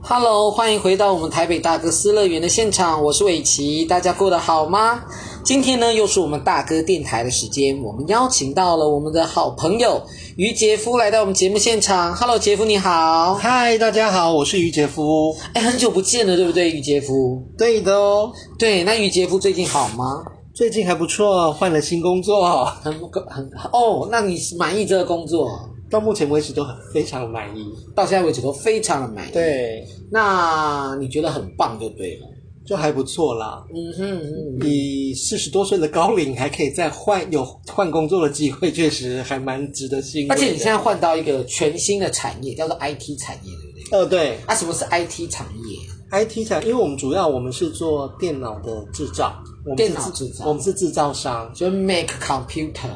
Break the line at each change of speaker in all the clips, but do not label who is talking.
Hello，欢迎回到我们台北大哥斯乐园的现场，我是伟奇，大家过得好吗？今天呢，又是我们大哥电台的时间，我们邀请到了我们的好朋友于杰夫来到我们节目现场。Hello，杰夫你好，
嗨，大家好，我是于杰夫。
哎，很久不见了，对不对，于杰夫？
对的哦，
对，那于杰夫最近好吗？
最近还不错，换了新工作，
很很哦，那你满意这个工作？
到目前为止都很非常满意。
到现在为止都非常的满意。，
对，
那你觉得很棒就对了。
就还不错啦。
嗯哼嗯
以四十多岁的高龄，还可以再换有换工作的机会，确实还蛮值得欣慰的。
而且你现在换到一个全新的产业，叫做 IT 产业，对不对？
呃，对
啊，什么是 IT 产业？
，IT 产，因为我们主要我们是做电脑的制造，我们是
电脑制造
我们是制造商。
就是 Make Computer，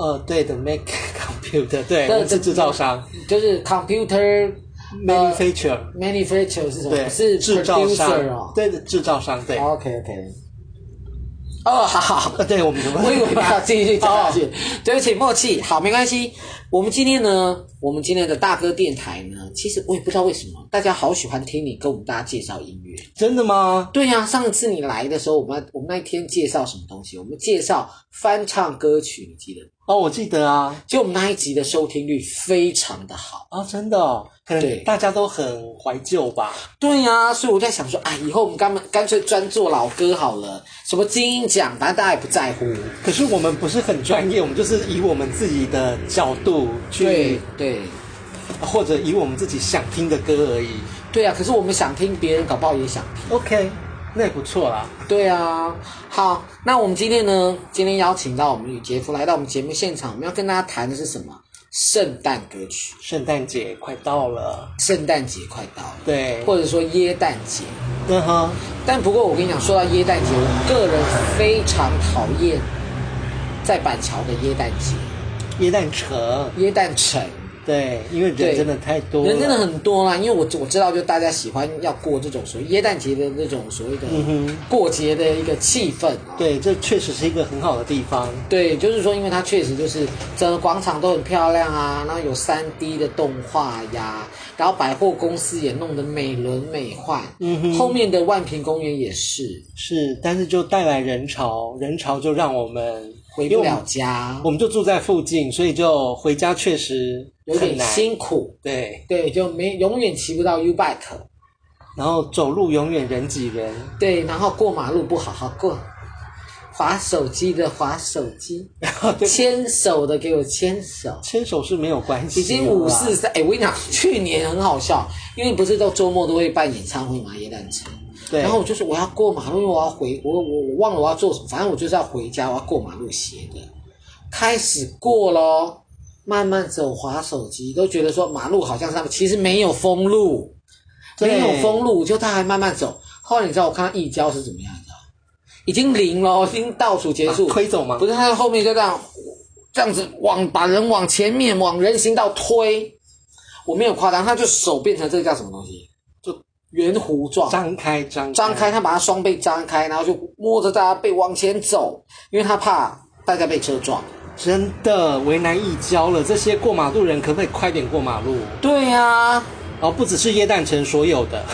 呃，对的，Mac Computer，
对
对，我们是制造商
就是 Computer 呃
，Manufacture，
Manufacturer 是什么？
对，
是
制造
Producer
商
哦，。
对的，制造商，对。
OK OK。哦，好好。
啊，对，我们怎么？
我以为你要继续讲下去
哦。
对不起，默契，好，没关系。我们今天呢，我们今天的大哥电台呢，其实我也不知道为什么，大家好喜欢听你跟我们大家介绍音乐。
真的吗？
对呀、上次你来的时候，我们我们那一天介绍什么东西？我们介绍翻唱歌曲，你记得吗？
哦，我记得啊，
就我们那一集的收听率非常的好。
啊、真的、哦，可
对
能大家都很怀旧吧。
对呀、所以我在想说，哎，以后我们干干脆专做老歌好了，什么金鹰奖，反正大家也不在乎。
可是我们不是很专业，我们就是以我们自己的角度
对
去，
对
或者以我们自己想听的歌而已。
对啊，可是我们想听别人，搞不好也想听。
OK，那也不错啦。
对啊，好，那我们今天呢，今天邀请到我们与杰夫来到我们节目现场，我们要跟大家谈的是什么？圣诞歌曲，
圣诞节快到了，
圣诞节快到了，
对，
或者说耶诞节。
嗯哼，
但不过我跟你讲，说到耶诞节，我个人非常讨厌在板桥的耶诞节、
耶诞城，
耶诞城，
对，因为
对
人真的太多了，
人真的很多啦。因为我我知道，就大家喜欢要过这种所谓耶诞节的那种所谓的
嗯哼
过节的一个气氛啊。
对，这确实是一个很好的地方。
对，就是说，因为它确实就是整个广场都很漂亮啊，然后有三 D 的动画呀，然后百货公司也弄得美轮美奂，
嗯哼
后面的万平公园也是
是，但是就带来人潮，人潮就让我们
回不
因为我们
了家，
我们就住在附近，所以就回家确实
有点
很难。
辛苦，
对，
对，就没永远骑不到 U bike，
然后走路永远人挤人，
对，然后过马路不好好过，划手机的划手机，
然后对
牵手的给我牵手。
牵手是没有关系
已
的啦。
经五四三，哎，我跟你讲，去年很好笑，因为不是到周末都会办演唱会嘛，耶诞城。
对，
然后我就说我要过马路，因为我要回，我我我忘了我要做什么，反正我就是要回家，我要过马路斜的，开始过咯，慢慢走，滑手机，都觉得说马路好像是他们，其实没有封路，没
对
有封路，就他还慢慢走。后来你知道我看到一交是怎么样的？已经零咯，已经倒数结束，
推走吗
不？是，他后面就这样这样子往把人往前面往人行道推，我没有夸张，他就手变成这个叫什么东西？就圆弧状，
张开，张
张开，他把他双臂张开，然后就摸着大家背往前走，因为他怕大家被车撞。
真的为难一交了。这些过马路人可不可以快点过马路？
对呀、
哦，不只是耶诞城所有 的，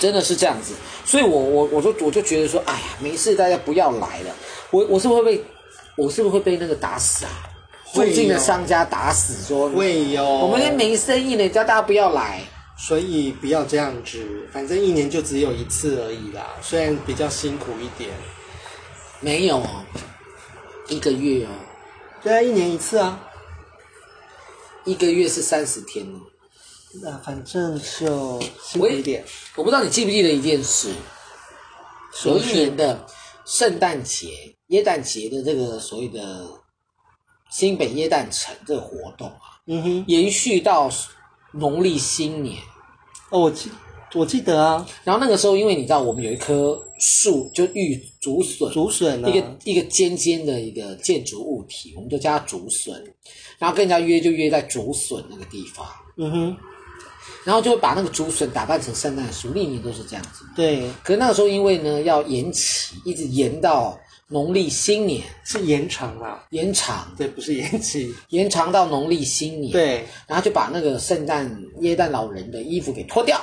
真的是这样子，所以我我我就我就觉得说，哎呀，没事，大家不要来了。我我是不是会被，我是不是会被那个打死啊？附
会
近的
有
商家打死说，
会啊哟、
我们这没生意了，叫大家不要来。
所以不要这样子，反正一年就只有一次而已啦。虽然比较辛苦一点，
没有哦，一个月哦，
对啊，一年一次啊。
一个月是三十天哦。
那反正就辛苦一点。
我不知道你记不记得一件事，有一年的圣诞节、耶诞节的这个所谓的新北耶诞城这个活动啊，
嗯哼，
延续到农历新年。
哦，我记我记得啊，
然后那个时候，因为你知道我们有一棵树，就玉竹笋，
竹笋呢、
一个一个尖尖的一个建筑物体，我们就叫它竹笋。然后跟人家约就约在竹笋那个地方，
嗯哼，
然后就会把那个竹笋打扮成圣诞树，历年都是这样子。
对，
可是那个时候因为呢要延期，一直延到农历新年
是延长啦，
延长，
对，不是延期，
延长到农历新年，
对，
然后就把那个圣诞耶诞老人的衣服给脱掉，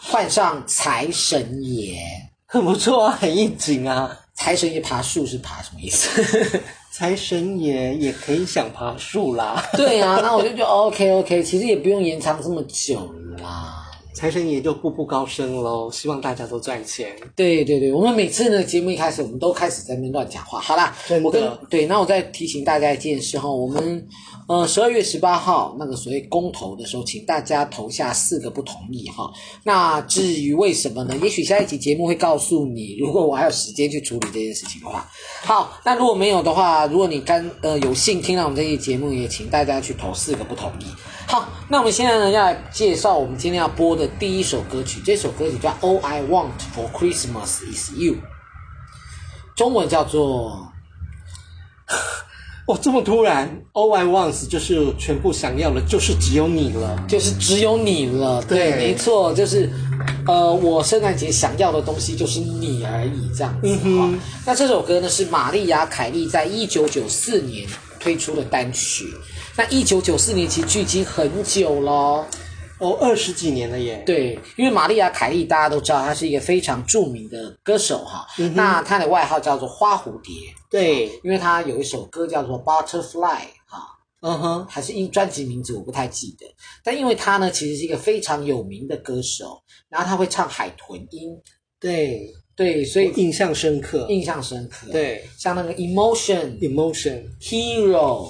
换上财神爷。
很不错啊，很应景啊。
财神爷爬树是爬什么意思？
财神爷也可以想爬树啦，
对啊，那我就觉得 OK OK，其实也不用延长这么久啦。
财神爷就步步高升喽，希望大家都赚钱。
对对对，我们每次呢节目一开始，我们都开始在那边乱讲话。好啦
真，的
我跟对，那我再提醒大家一件事哈，我们呃十二月十八号那个所谓公投的时候，请大家投下四个不同意哈。那至于为什么呢？也许下一集节目会告诉你，如果我还有时间去处理这件事情的话。好，那如果没有的话，如果你干呃有幸听到我们这期节目，也请大家去投四个不同意。好，那我们现在呢要来介绍我们今天要播的第一首歌曲，这首歌曲叫《All I Want for Christmas Is You》，中文叫做
哦哇，这么突然，All I want 就是全部想要的，就是只有你了。
就是只有你了，对，
对
没错，就是，呃，我圣诞节想要的东西就是你而已，这样子哈、那这首歌呢是玛丽亚·凯莉在一九九四年推出的单曲，那一九九四年其实距今很久了。
哦，二十几年了耶。
对，因为玛丽亚·凯莉大家都知道，她是一个非常著名的歌手哈。那她的外号叫做花蝴蝶，
对，
因为她有一首歌叫做《Butterfly》啊，
嗯哼，
还是因专辑名字我不太记得。但因为她呢，其实是一个非常有名的歌手，然后她会唱海豚音，
对，
对，所以
印象深刻。
印象深刻。，
对
像那个《Emotion》《
，emotion
Hero》，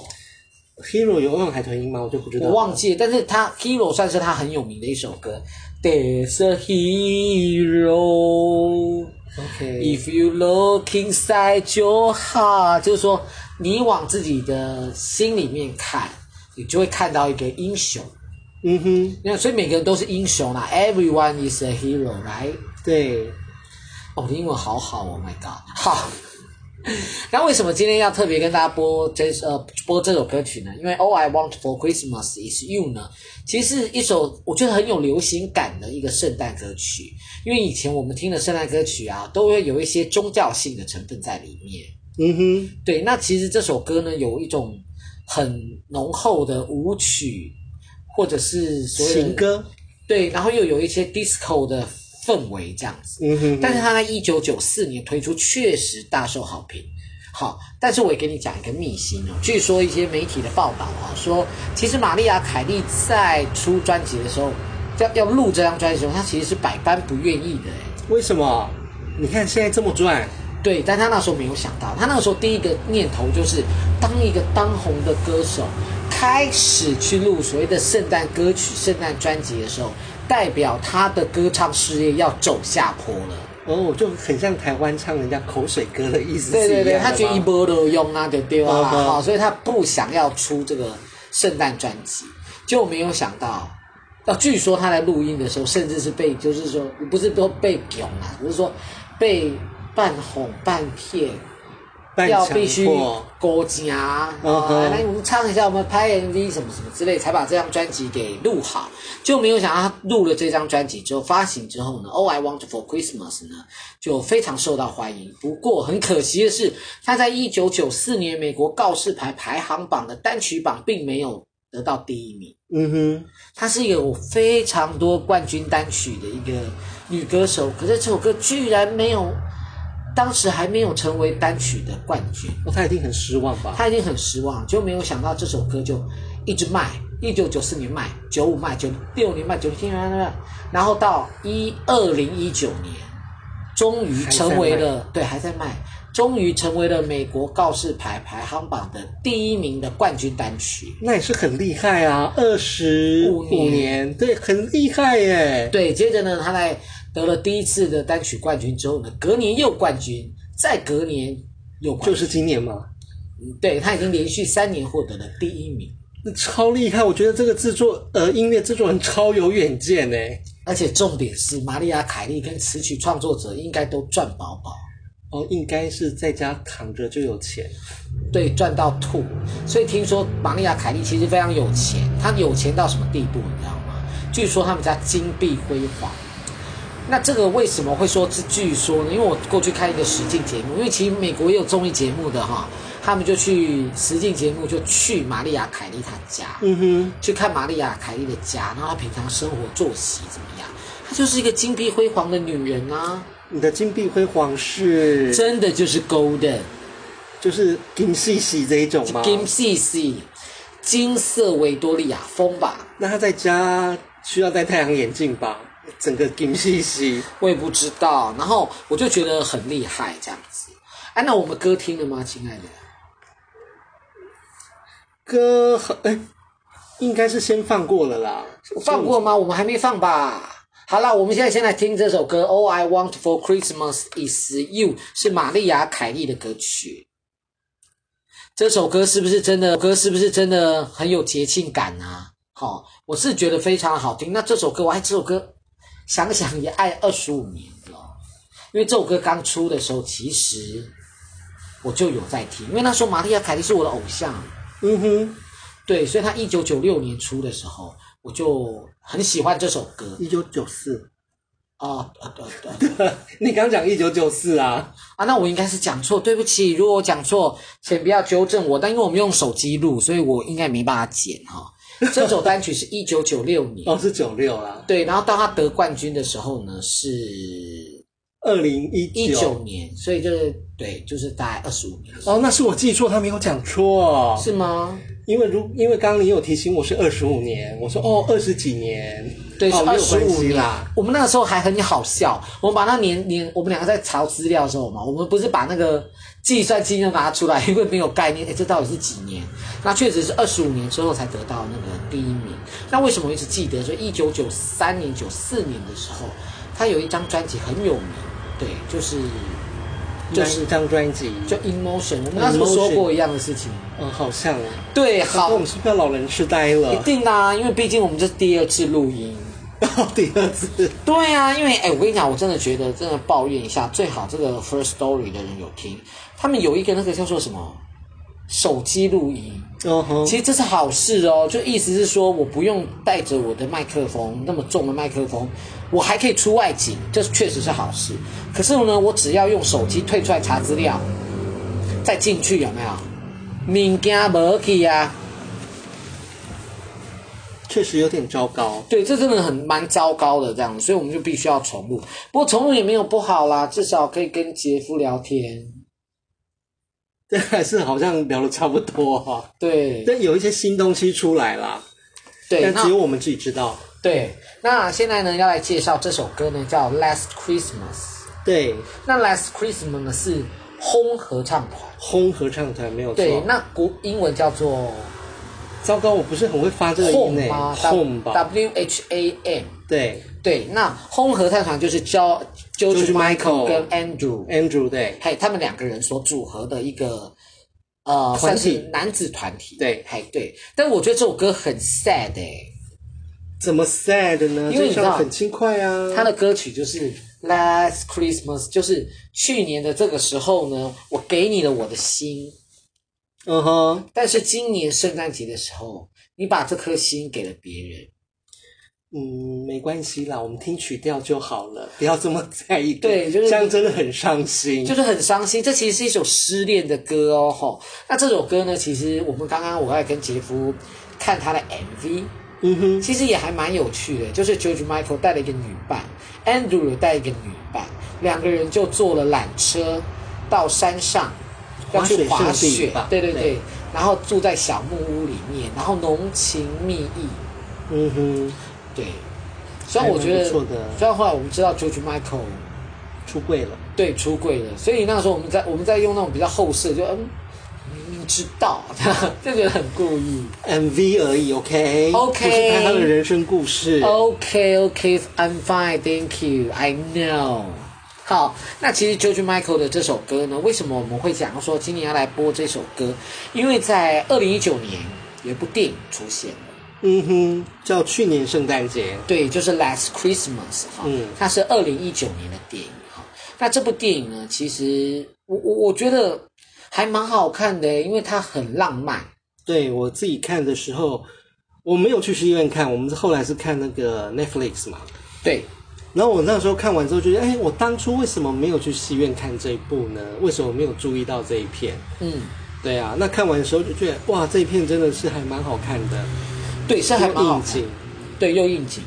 hero 有用海豚音吗？我就不知道。
我忘记了，但是他 Hero 算是他很有名的一首歌。There's a hero。
OK，
If you look inside your heart，就是说你往自己的心里面看，你就会看到一个英雄。
嗯哼，
那所以每个人都是英雄啦，Everyone is a hero，right？
对，
哦，我的英文好好，Oh my god！好，那为什么今天要特别跟大家播这呃播这首歌曲呢？因为《All I Want for Christmas Is You》呢，其实是一首我觉得很有流行感的一个圣诞歌曲。因为以前我们听的圣诞歌曲啊，都会有一些宗教性的成分在里面。
嗯哼，
对，那其实这首歌呢，有一种很浓厚的舞曲，或者是所谓的
情，歌。
对，然后又有一些 disco 的氛围这样子。
嗯哼，
但是他在一九九四年推出，确实大受好评。好，但是我也给你讲一个秘辛哦。据说一些媒体的报道啊，说其实玛丽亚·凯莉在出专辑的时候，要要录这张专辑的时候，她其实是百般不愿意的哎。
为什么？你看现在这么赚，
对，但她那时候没有想到，她那个时候第一个念头就是，当一个当红的歌手开始去录所谓的圣诞歌曲、圣诞专辑的时候，代表她的歌唱事业要走下坡了。
哦，就很像台湾唱人家口水歌的意思是
对
一
对
样的
对，
吗
他觉得一波都用啊，就丢啊，
嗯哼
好，所以他不想要出这个圣诞专辑，就没有想到，呃，据说他在录音的时候，甚至是被，就是说，不是都被拱啊，只是说被半哄半骗，
半
要
强
必须
迫
勾夹啊，
嗯哼
来我们唱一下，我们拍 MV 什么什么之类，才把这张专辑给录好。就没有想到他录了这张专辑之后，发行之后呢，《All I Want for Christmas》呢就非常受到欢迎。不过很可惜的是，他在一九九四年美国告示牌排行榜的单曲榜并没有得到第一名。
嗯哼，
她是有非常多冠军单曲的一个女歌手，可是这首歌居然没有，当时还没有成为单曲的冠军，
哦，他一定很失望吧？
她已经很失望，就没有想到这首歌就一直卖，一九九四年卖，九五卖，九六年卖，九七年卖，然后到一二零一九年，终于成为了对还在卖，终于成为了美国告示牌排行榜的第一名的冠军单曲。
那也是很厉害啊，二十
五
五
年
年，对，很厉害耶。
对，接着呢，他在得了第一次的单曲冠军之后呢，隔年又冠军，再隔年又冠
就
军，
是今年嘛，
嗯对他已经连续三年获得了第一名，
那超厉害！我觉得这个制作，呃，音乐制作人超有远见呢。
而且重点是玛丽亚·凯莉跟词曲创作者应该都赚饱饱，
哦，应该是在家躺着就有钱。
对，赚到吐。所以听说玛丽亚·凯莉其实非常有钱，她有钱到什么地步，你知道吗？据说他们家金碧辉煌，那这个为什么会说是据说呢？因为我过去看一个实境节目，因为其实美国也有综艺节目的哈，他们就去实境节目就去玛丽亚凯莉她家，
嗯哼，
去看玛丽亚凯莉的家，然后她平常生活作息怎么样？她就是一个金碧辉煌的女人啊，
你的金碧辉煌是
真的就是 golden
就是金细细这一种吗？
金 C C 金色维多利亚风吧，
那他在家需要戴太阳眼镜吧？整个金细细，
我也不知道。然后我就觉得很厉害这样子。哎、那我们歌听了吗，亲爱的？
歌很哎、应该是先放过了啦，
放过吗？我们还没放吧。好了，我们现在先来听这首歌《All I Want for Christmas Is You》，是玛丽亚·凯莉的歌曲。这首歌是不是真的？歌是不是真的很有节庆感啊？好、我是觉得非常好听。那这首歌，我爱这首歌，想想也爱二十五年了。因为这首歌刚出的时候，其实我就有在听，因为那时候玛丽亚·凯莉是我的偶像。
嗯哼，
对，所以他一九九六年出的时候，我就很喜欢这首歌
一九九四，
啊啊啊啊
你刚讲一九九四啊，
啊！那我应该是讲错，对不起，如果我讲错，请不要纠正我。但因为我们用手机录，所以我应该没办法剪哈。这首单曲是一九九六年，
哦是九六啦，
对，然后到他得冠军的时候呢是
二零一
一九年，所以就是对，就是大概二十五年，
哦，那是我记错，他没有讲错，
是吗？
因为如因为刚刚你有提醒我是二十五年，我说哦二十几年，
对，是
哦没
二
有
十
关
五
系
年
啦，。
我们那个时候还很好笑，我们把那年年，我们两个在查资料的时候嘛，我们不是把那个计算机呢拿出来，因为没有概念，哎，这到底是几年？那确实是二十五年之后才得到那个第一名。那为什么我一直记得？所以一九九三年、九四年的时候，他有一张专辑很有名，对，就是就
就是是一张专辑，
就 Emotion，我们那时候说过一样的事情。
嗯，好像哦，
对，
那我
好
们，是不是要老人痴呆
一
了？
定啦、因为毕竟我们这是第二次录音。
第二次，
对啊，因为哎、我跟你讲，我真的觉得真的抱怨一下，最好这个 First Story 的人有听，他们有一个那个叫做什么手机录音，
哦吼，
其实这是好事哦，就意思是说我不用带着我的麦克风那么重的麦克风，我还可以出外景，这确实是好事。可是呢，我只要用手机退出来查资料，再进去有没有？物件无去啊？
确实有点糟糕。
对，这真的很蛮糟糕的这样，所以我们就必须要重录。不过重录也没有不好啦，至少可以跟杰夫聊天。
但还是好像聊的差不多哈、
对
但有一些新东西出来啦，
对，
但只
那
有我们自己知道。
对，那现在呢要来介绍这首歌呢，叫《Last Christmas》。
对，
那《Last Christmas》呢是轰合唱团，
轰合唱团没有错。
对，那国英文叫做
糟糕，我不是很会发这个音
Home 啊
诶、
吗
h o m e 吧？
？W H A M。
对
对，那轰合唱团就是 Jo George
George
Michael
Michael
跟 Andrew。
，Andrew 对
嘿，他们两个人所组合的一个呃，
团
算
体
是男子团体。
对
嘿，对。但我觉得这首歌很 sad 哎、
怎么 sad 呢？
因为你知道
这首很轻快啊。
他的歌曲就是《Last Christmas》，就是去年的这个时候呢，我给你了我的心，
嗯哼，
但是今年圣诞节的时候，你把这颗心给了别人。
嗯，没关系啦，我们听曲调就好了，不要这么 在意。
对就是
这样，真的很伤心。
就是很伤心。这其实是一首失恋的歌哦，吼。那这首歌呢，其实我们刚刚我在跟杰夫看他的 MV，
嗯哼，
其实也还蛮有趣的，就是 George Michael 带了一个女伴，Andrew 有带一个女伴，两个人就坐了缆车到山上要去滑
滑雪胜
雪
地吧，
对对
对
对，然后住在小木屋里面，然后浓情蜜意，
嗯哼，
对。虽然我觉得，
还蛮不错的
虽然后来我们知道 George Michael
出柜了。
对出柜了，所以那时候我们在我们在用那种比较后设，就嗯明明知道， 就觉得很故意。
MV 而已，OK。
OK 哦
不是拍他的人生故事。
OK, OK, I'm fine, thank you. I know. 好，那其实 George Michael 的这首歌呢，为什么我们会讲说今年要来播这首歌？因为在二零一九年有一部电影出现了，
嗯哼，叫去年圣诞节。
对，就是《Last Christmas》哈，
嗯
它是二零一九年的电影哈。那这部电影呢，其实我我我觉得还蛮好看的，因为它很浪漫。
对我自己看的时候，我没有去戏院看，我们后来是看那个 Netflix 嘛。
对，
然后我那时候看完之后就觉得，哎、我当初为什么没有去戏院看这一部呢？为什么没有注意到这一片？
嗯，
对啊，那看完的时候就觉得，哇，这一片真的是还蛮好看的，
对，是还蛮好
又
看
应
的
景。
对，又应景。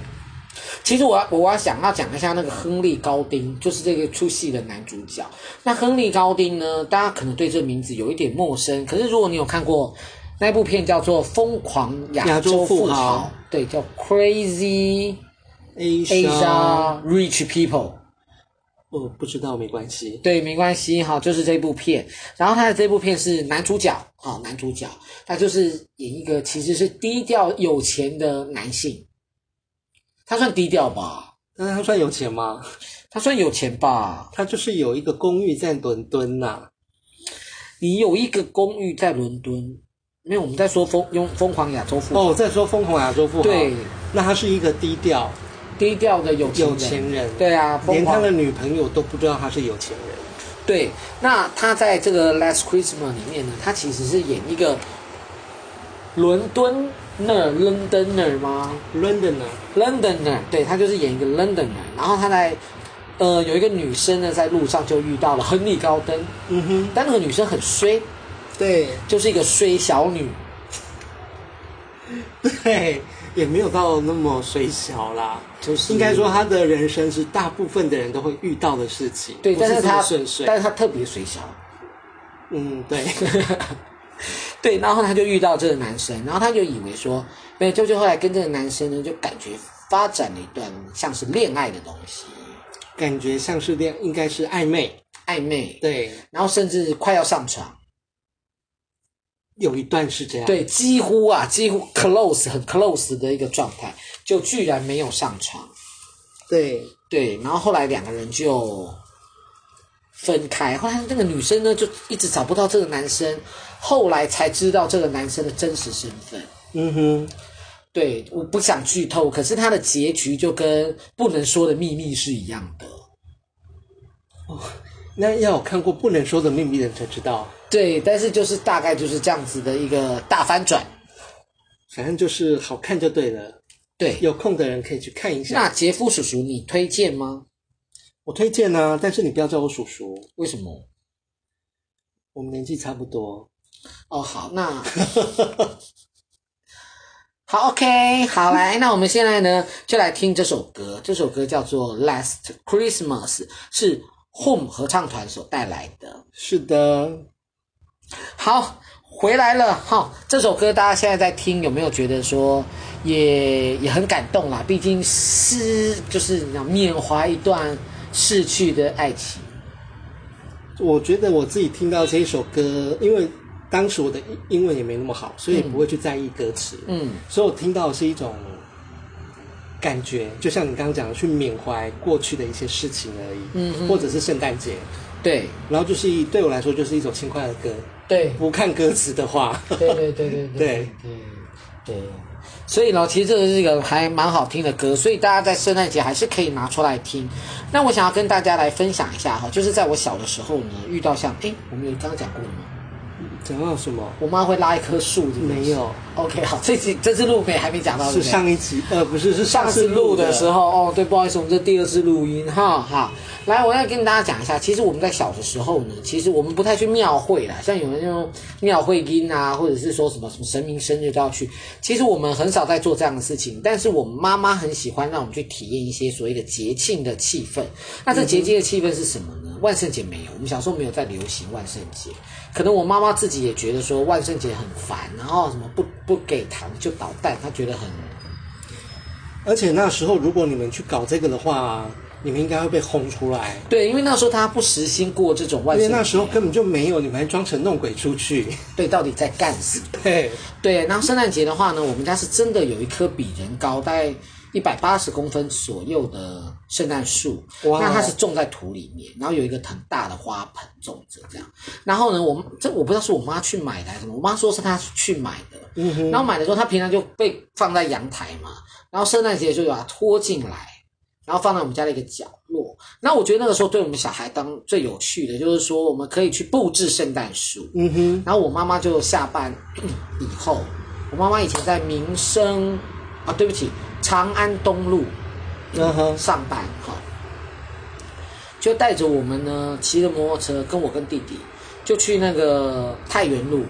其实我要我要想要讲一下那个亨利·高丁，就是这个出戏的男主角。那亨利·高丁呢，大家可能对这名字有一点陌生，可是如果你有看过那部片叫做《疯狂亚
亚
洲
洲
富
富
豪》，
豪
对，叫 Crazy
A 莎，
Asia Rich People。
我哦不知道，没关系。
对，没关系哈，就是这部片。然后他的这部片是男主角，好、男主角，他就是演一个其实是低调有钱的男性，他算低调吧，
那他算有钱吗？
他算有钱吧。
他就是有一个公寓在伦敦呐、
你有一个公寓在伦敦，因为我们在说疯用疯狂亚洲富豪，
哦，再说疯狂亚洲富豪，
对，
那他是一个低调
低调的有钱人，
有钱人，
对啊，疯
连他
狂
的女朋友都不知道他是有钱人。
对，那他在这个《Last Christmas》里面呢，他其实是演一个伦敦那 Londoner 吗
London 啊，
？Londoner，对他就是演一个 Londoner，然后他在呃有一个女生呢，在路上就遇到了亨利高登，
嗯哼，
但那个女生很衰，
对
就是一个衰小女，
对，也没有到那么水小啦。
就是
应该说，他的人生是大部分的人都会遇到的事情，
对，
不
但
是
是
这么
她
顺遂。
但是她特别衰小，
嗯， 对，
对，然后他就遇到这个男生，然后他就以为说，没有，就就后来跟这个男生呢，就感觉发展了一段像是恋爱的东西，
感觉像是恋，应该是暧昧。
暧昧，
对，
然后甚至快要上床，
有一段是这样。，
对，几乎啊，几乎 close 很 close 的一个状态，就居然没有上床，
对，
对，然后后来两个人就分开，后来那个女生呢就一直找不到这个男生，后来才知道这个男生的真实身份。
嗯哼，
对，我不想剧透，可是它的结局就跟《不能说的秘密》是一样的。
那要有看过《不能说的秘密》的人才知道，
对，但是就是大概就是这样子的一个大翻转。
反正就是好看就对了。
对，
有空的人可以去看一下。
那杰夫叔叔，你推荐吗？
我推荐呢、但是你不要叫我叔叔，
为什么？
我们年纪差不多。
哦，好，那好，OK，好来，那我们现在呢就来听这首歌，这首歌叫做《Last Christmas》，是 Home 合唱团所带来的。
是的，
好，回来了哈。这首歌大家现在在听，有没有觉得说也也很感动啦？毕竟是就是你知道缅怀一段逝去的爱情。
我觉得我自己听到这一首歌，因为当时我的英文也没那么好，所以不会去在意歌词。
嗯，
所以我听到的是一种感觉，就像你刚刚讲的，去缅怀过去的一些事情而已，嗯，或者是圣诞节，
对
然后就是一对我来说就是一首轻快的歌，
对
不看歌词的话，
对对对对
对
对。所以呢，其实这是一个还蛮好听的歌，所以大家在圣诞节还是可以拿出来听。那我想要跟大家来分享一下哈，就是在我小的时候呢，遇到像诶，我们有刚刚讲过了吗？
讲到什么？
我妈会拉一棵树，这个
没有，
OK，好，这次这次录没还没讲到，对
是
不对
上一集，呃，不是，是
上次
次
录的
的
时，候哦，对，不好意思，我们这第二次录音哈哈。来，我要跟大家讲一下，其实我们在小的时候呢，其实我们不太去庙会啦，像有人用庙会音啊，或者是说什么什么神明生日都要去。其实我们很少在做这样的事情，但是我们妈妈很喜欢让我们去体验一些所谓的节庆的气氛。那这节庆的气氛是什么呢？万圣节没有，我们小时候没有在流行万圣节，可能我妈妈自己也觉得说万圣节很烦，然后什么不不给糖就捣蛋，她觉得很。
而且那时候如果你们去搞这个的话，你们应该会被轰出来。
对，因为那时候他不实行过这种万
因为
圣节，
那时候根本就没有，你们还装成弄鬼出去。
对到底在干什么？
对，
对，然后圣诞节的话呢，我们家是真的有一棵比人高，大概一百八十公分左右的圣诞树。
哇
那它是种在土里面，然后有一个很大的花盆种着这样。然后呢，我们这我不知道是我妈去买的还是什么，我妈说是她去买的。然后买的时候，她平常就被放在阳台嘛，然后圣诞节就把它拖进来。然后放在我们家的一个角落。那我觉得那个时候对我们小孩当最有趣的就是说，我们可以去布置圣诞树。
嗯哼，
然后我妈妈就下班 以后，我妈妈以前在民生啊，对不起，长安东路
嗯哼，
上班哈，就带着我们呢骑着摩托车，跟我跟弟弟就去那个太原路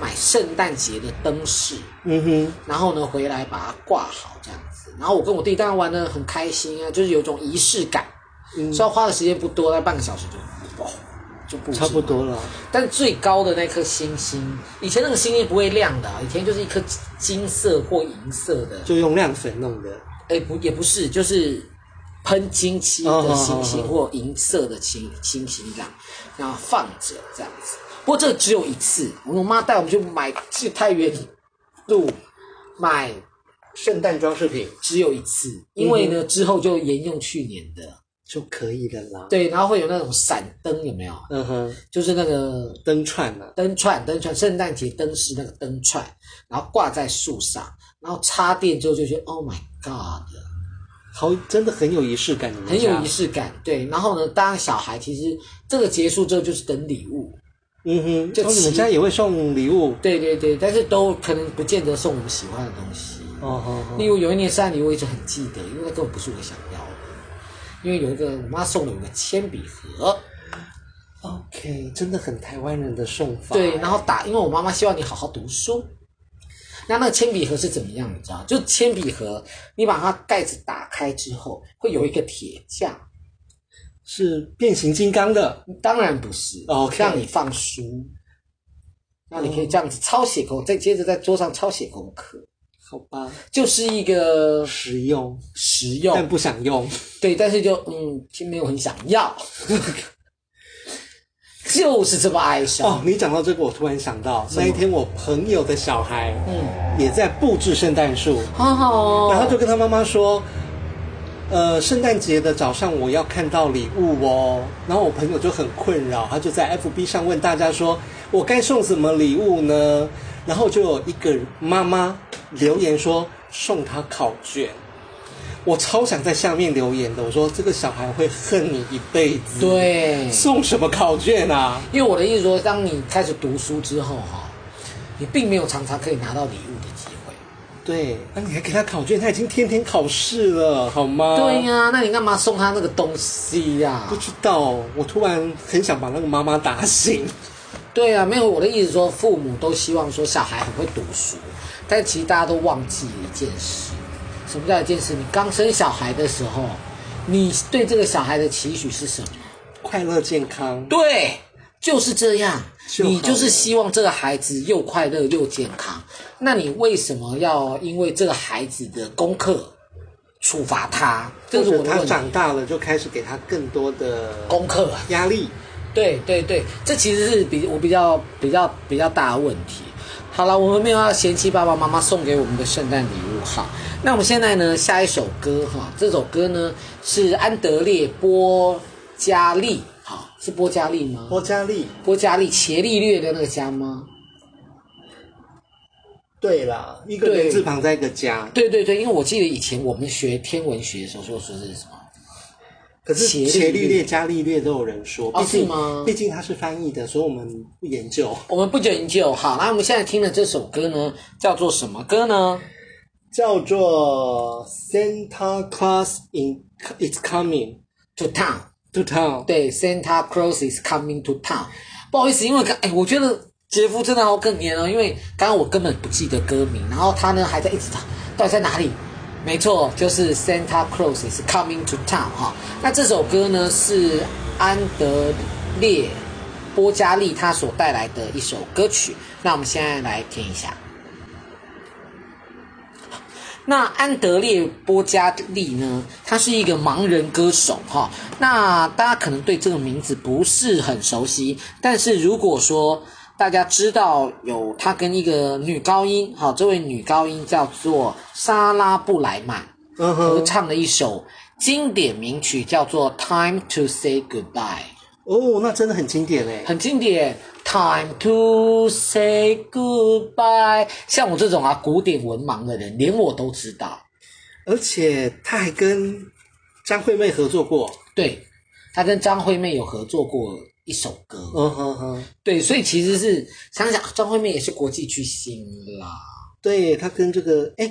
买圣诞节的灯饰，
嗯哼，
然后呢回来把它挂好这样子。然后我跟我弟当然玩的很开心啊，就是有种仪式感。
嗯
虽然花的时间不多，但半个小时就哦就布置
差不
完
多了。
但最高的那颗星星，以前那个星星不会亮的、啊，以前就是一颗金色或银色的，
就用亮粉弄的，
哎、不也不是，就是喷金漆的星
哦
星
哦
或银色的星星星这样，然后放着这样子。不过这个只有一次，我妈带我们去买去太原路买圣诞装饰品，只有一次，因为呢之后就沿用去年的。
就可以了啦。，
对，然后会有那种闪灯，有没有？
嗯哼，
就是那个
灯串啊嘛，
灯串，灯串，圣诞节灯饰那个灯串，然后挂在树上，然后插电之后就觉得 Oh my God，
好，真的很有仪式感，你们
很有
家
仪，式感。对，然后呢，当小孩其实这个结束之后就是等礼物，
嗯哼，
就
哦，你们
骑
家也会送礼物，
对对对，但是都可能不见得送我们喜欢的东西。
哦哦
例如有一年圣诞礼物我一直很记得，因为那根本不是我想要的，因为有一个我妈送了我个铅笔盒，
哦，OK，真的很台湾人的送法，
对，然后打，因为我妈妈希望你好好读书。那那个铅笔盒是怎么样？你知道？就铅笔盒，你把它盖子打开之后，会有一个铁架。
是变形金刚的，
当然不是
哦 OK
让你放书，那你可以这样子抄写功，再接着在桌上抄写功课，
好吧，
就是一个
实用，
实
但
用，
不想用，
对，但是就嗯，其实没有很想要， 就是这么哀伤。
哦，你讲到这个，我突然想到
么
那一天我朋友的小孩
嗯，
也在布置圣诞树，
好好哦，
然后就跟他妈妈说。呃，圣诞节的早上我要看到礼物哦。然后我朋友就很困扰，他就在 FB 上问大家说：“我该送什么礼物呢？”然后就有一个妈妈留言说：“送他考卷。”我超想在下面留言的，我说这个小孩会恨你一辈子。，
对，
送什么考卷啊？
因为我的意思说，当你开始读书之后哈，你并没有常常可以拿到礼物的机会。
对，那、你还给他考卷，他已经天天考试了，好吗？
对呀、那你干嘛送他那个东西呀、
不知道，我突然很想把那个妈妈打醒。
对啊，没有我的意思说，父母都希望说小孩很会读书，但其实大家都忘记了一件事，什么叫一件事？你刚生小孩的时候，你对这个小孩的期许是什么？
快乐健康，
对，就是这样。
就好了
你就是希望这个孩子又快乐又健康，那你为什么要因为这个孩子的功课处罚他？这
或
是
者
我的
他
问题。
长大了就开始给他更多的
功课啊，
压力。
对对对，这其实是比我比较比较比较大的问题。好了，我们没有要嫌弃爸爸妈妈送给我们的圣诞礼物哈。那我们现在呢，下一首歌哈，这首歌呢是安德烈波加利，哈，是波加利吗？
多加力，
波加利伽利略的那个家吗？
对啦，一个
对
人字旁在一个加，
对对对，因为我记得以前我们学天文学的时候说说是什么？
可是
伽利略
伽利略、伽利略都有人说，
哦
毕
是
竟
吗
毕竟他是翻译的，所以我们不研究。
我们不研究。好，那我们现在听的这首歌呢，叫做什么歌呢？
叫做 Santa Claus in It's Coming
To Town。
to Town。
对，Santa Claus is coming to town。不好意思，因为刚哎，我觉得杰夫真的好可怜哦，因为刚刚我根本不记得歌名，然后他呢还在一直找到底在哪里。没错，就是 Santa Claus is coming to town 哈、那这首歌呢是安德烈波加利他所带来的一首歌曲，那我们现在来听一下。那安德烈波加利呢，他是一个盲人歌手哈。那大家可能对这个名字不是很熟悉，但是如果说大家知道有他跟一个女高音，好，这位女高音叫做莎拉布莱曼，
嗯
合
哼，
唱了一首经典名曲，叫做《Time to Say Goodbye》，
哦，那真的很经典哎。
很经典。Time to say goodbye。像我这种啊古典文盲的人，连我都知道。
而且他还跟张惠妹合作过。
对，他跟张惠妹有合作过一首歌，
嗯哼哼，
对，所以其实是想想张惠妹也是国际巨星啦，
对他跟这个哎，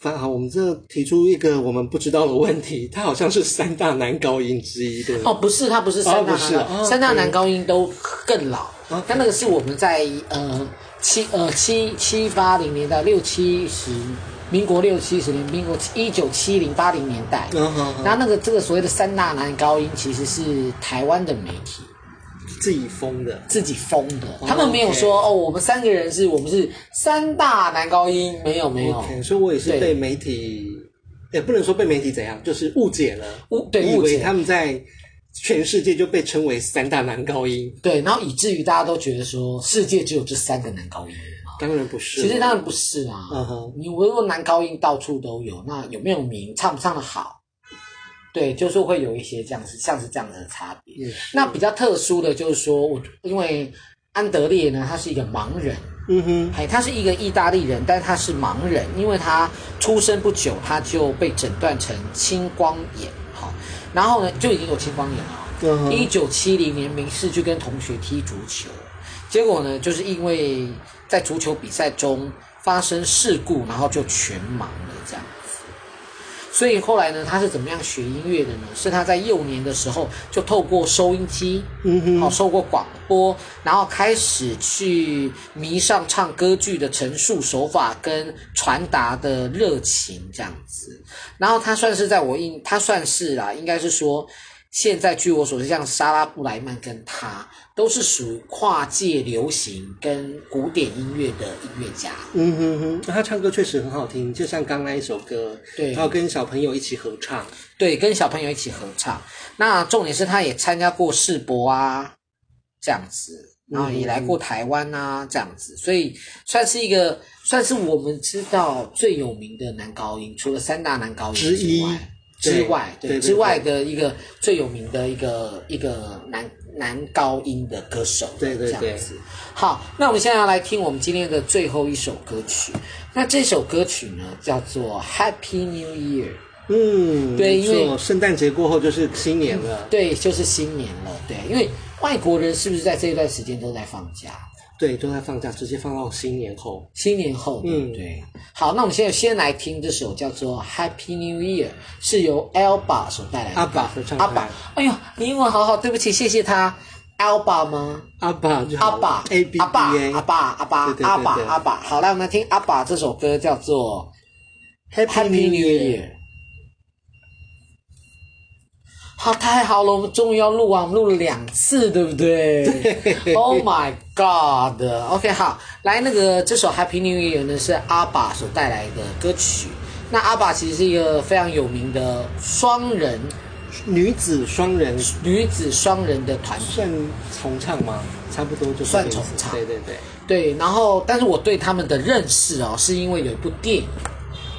刚好我们这提出一个我们不知道的问题，它好像是三大男高音之一，对不对？
哦，不是，它不是三大
哦不
男
是
高，
哦
三大
对
男高音都更老。
OK
但那个是我们在呃七呃七七八零年代六七十，民国六七十年，民国一九七零八零年代。
嗯哼哼
然后那个这个所谓的三大男高音，其实是台湾的媒体
自己封的，
自己封的，他们没有说哦，我们三个人是我们是三大男高音，没有没有。
OK，所以我也是
对
被媒体，也不能说被媒体怎样，就是误解了，
误对
以
误
为
解
他们在全世界就被称为三大男高音，
对，然后以至于大家都觉得说世界只有这三个男高音嘛。
当然不是。
其实当然不是啊，
嗯哼
你如果男高音到处都有，那有没有名，唱不唱的好，对，就是会有一些这样子，像是这样子的差别。
也是，
那比较特殊的就是说，我因为安德烈呢，他是一个盲人，
嗯哼，
哎，他是一个意大利人，但他是盲人，因为他出生不久，他就被诊断成青光眼，好，然后呢就已经有青光眼了。
嗯哼
一九七零年，明世去跟同学踢足球，结果呢，就是因为在足球比赛中发生事故，然后就全盲了这样子。所以后来呢，他是怎么样学音乐的呢？是他在幼年的时候就透过收音机，
嗯哼
好、透过广播，然后开始去迷上唱歌剧的陈述手法跟传达的热情这样子。然后他算是在我印，他算是啦、应该是说，现在据我所知，像莎拉布莱曼跟他都是属于跨界流行跟古典音乐的音乐家。
嗯哼哼，那他唱歌确实很好听，就像刚那一首歌，
对
然后跟小朋友一起合唱，
对，跟小朋友一起合唱。那重点是他也参加过世博啊，这样子，然后也来
嗯
过台湾啊，这样子，所以算是一个，算是我们知道最有名的男高音，除了三大男高音
之一
外
对
之外，对
对对
之外的一个最有名的一个一个男男高音的歌手，
对对对
这样子。好，那我们现在要来听我们今天的最后一首歌曲。那这首歌曲呢，叫做《Happy New Year》。
嗯，
对因为
没错圣诞节过后就是新年了，
对，就是新年了，对，因为外国人是不是在这一段时间都在放假？
对，都在放假，直接放到新年后。
新年后，对不
嗯
对？好，那我们现在先来听这首叫做《Happy New Year》，是由 Alba 所带来的。
阿爸合唱
阿
团
爸，哎呦，你英文好好，对不起，谢谢他。Alba 吗？
阿爸就好
阿爸
，A B
阿爸
B A，
阿爸阿爸
对对对
阿爸
对
阿爸。好，来我们来听阿爸这首歌，叫做
Happy New Year。
Year。好，太好了，我们终于要录完，啊我们录了两次，对不 对 o h my God。OK，好，来那个这首 Happy New Year 呢是阿爸所带来的歌曲。那阿爸其实是一个非常有名的双人
女子双人
女子双人的团体。
算重唱吗？差不多就是
算
这个意思
重唱
对对对，
对，然后但是我对他们的认识哦，是因为有一部电影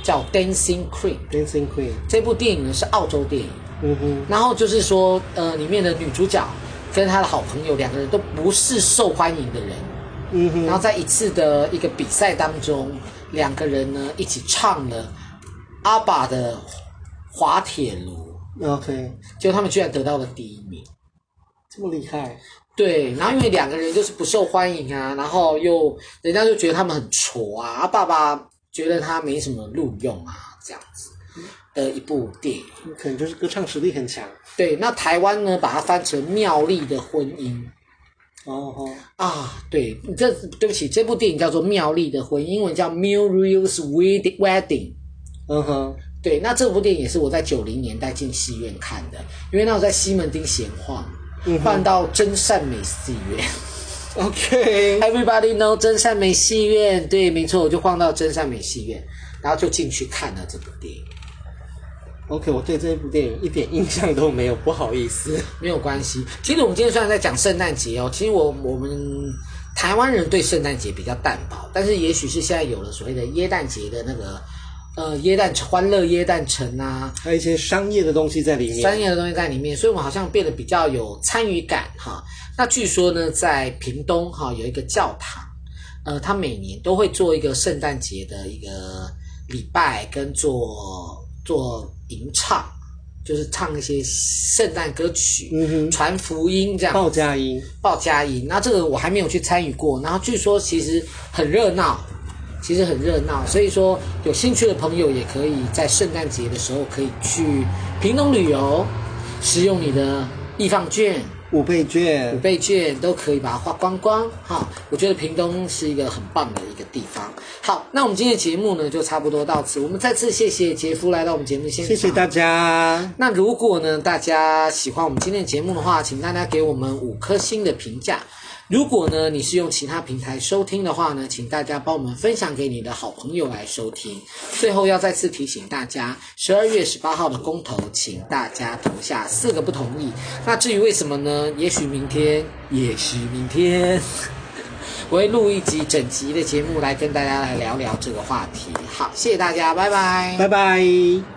叫《Dancing Queen》，
Dancing Queen，
这部电影呢是澳洲电影，
嗯哼，
然后就是说，呃，里面的女主角跟她的好朋友两个人都不是受欢迎的人，
嗯哼，
然后在一次的一个比赛当中，两个人呢一起唱了阿爸的《滑铁卢
OK，》，
结果他们居然得到了第一名。
这么厉害，
对，然后因为两个人就是不受欢迎啊，然后又人家就觉得他们很挫啊，啊爸爸觉得他没什么录用啊，这样子的一部电影。
可能就是歌唱实力很强。
对，那台湾呢，把它翻成《妙丽的婚姻》
哦哦，
啊，对，这对不起，这部电影叫做《妙丽的婚姻》，英文叫《Muriel's Wedding》。
嗯哼，
对，那这部电影也是我在九零年代进戏院看的，因为那时候在西门町闲晃，换到真善美戏院。
OK，
Everybody know 真善美戏院，对，没错，我就晃到真善美戏院，然后就进去看了这部电影。
OK，我对这一部电影一点印象都没有，不好意思。
没有关系，其实我们今天虽然在讲圣诞节哦，其实我我们台湾人对圣诞节比较淡薄，但是也许是现在有了所谓的耶诞节的那个呃耶诞欢乐耶诞城啊，
还有一些商业的东西在里面。
专业的东西在里面，所以我们好像变得比较有参与感哈。那据说呢，在屏东哈有一个教堂，呃，他每年都会做一个圣诞节的一个礼拜，跟做做吟唱，就是唱一些圣诞歌曲，
嗯哼
传福音这样
报佳音，
报佳音。那这个我还没有去参与过，然后据说其实很热闹，其实很热闹。所以说，有兴趣的朋友也可以在圣诞节的时候可以去屏东旅游，使用你的易放券、
五倍券
五，倍券都可以把它花光光哈。我觉得屏东是一个很棒的一个地方。好，那我们今天的节目呢就差不多到此。我们再次谢谢杰夫来到我们节目现场，
谢谢大家。
那如果呢，大家喜欢我们今天的节目的话，请大家给我们五颗星的评价。如果呢你是用其他平台收听的话呢，请大家帮我们分享给你的好朋友来收听。最后要再次提醒大家，十二月十八号的公投，请大家投下四个不同意。那至于为什么呢？也许明天，也许明天。 我会录一集整集的节目来跟大家来聊聊这个话题。好，谢谢大家，拜拜。
拜拜。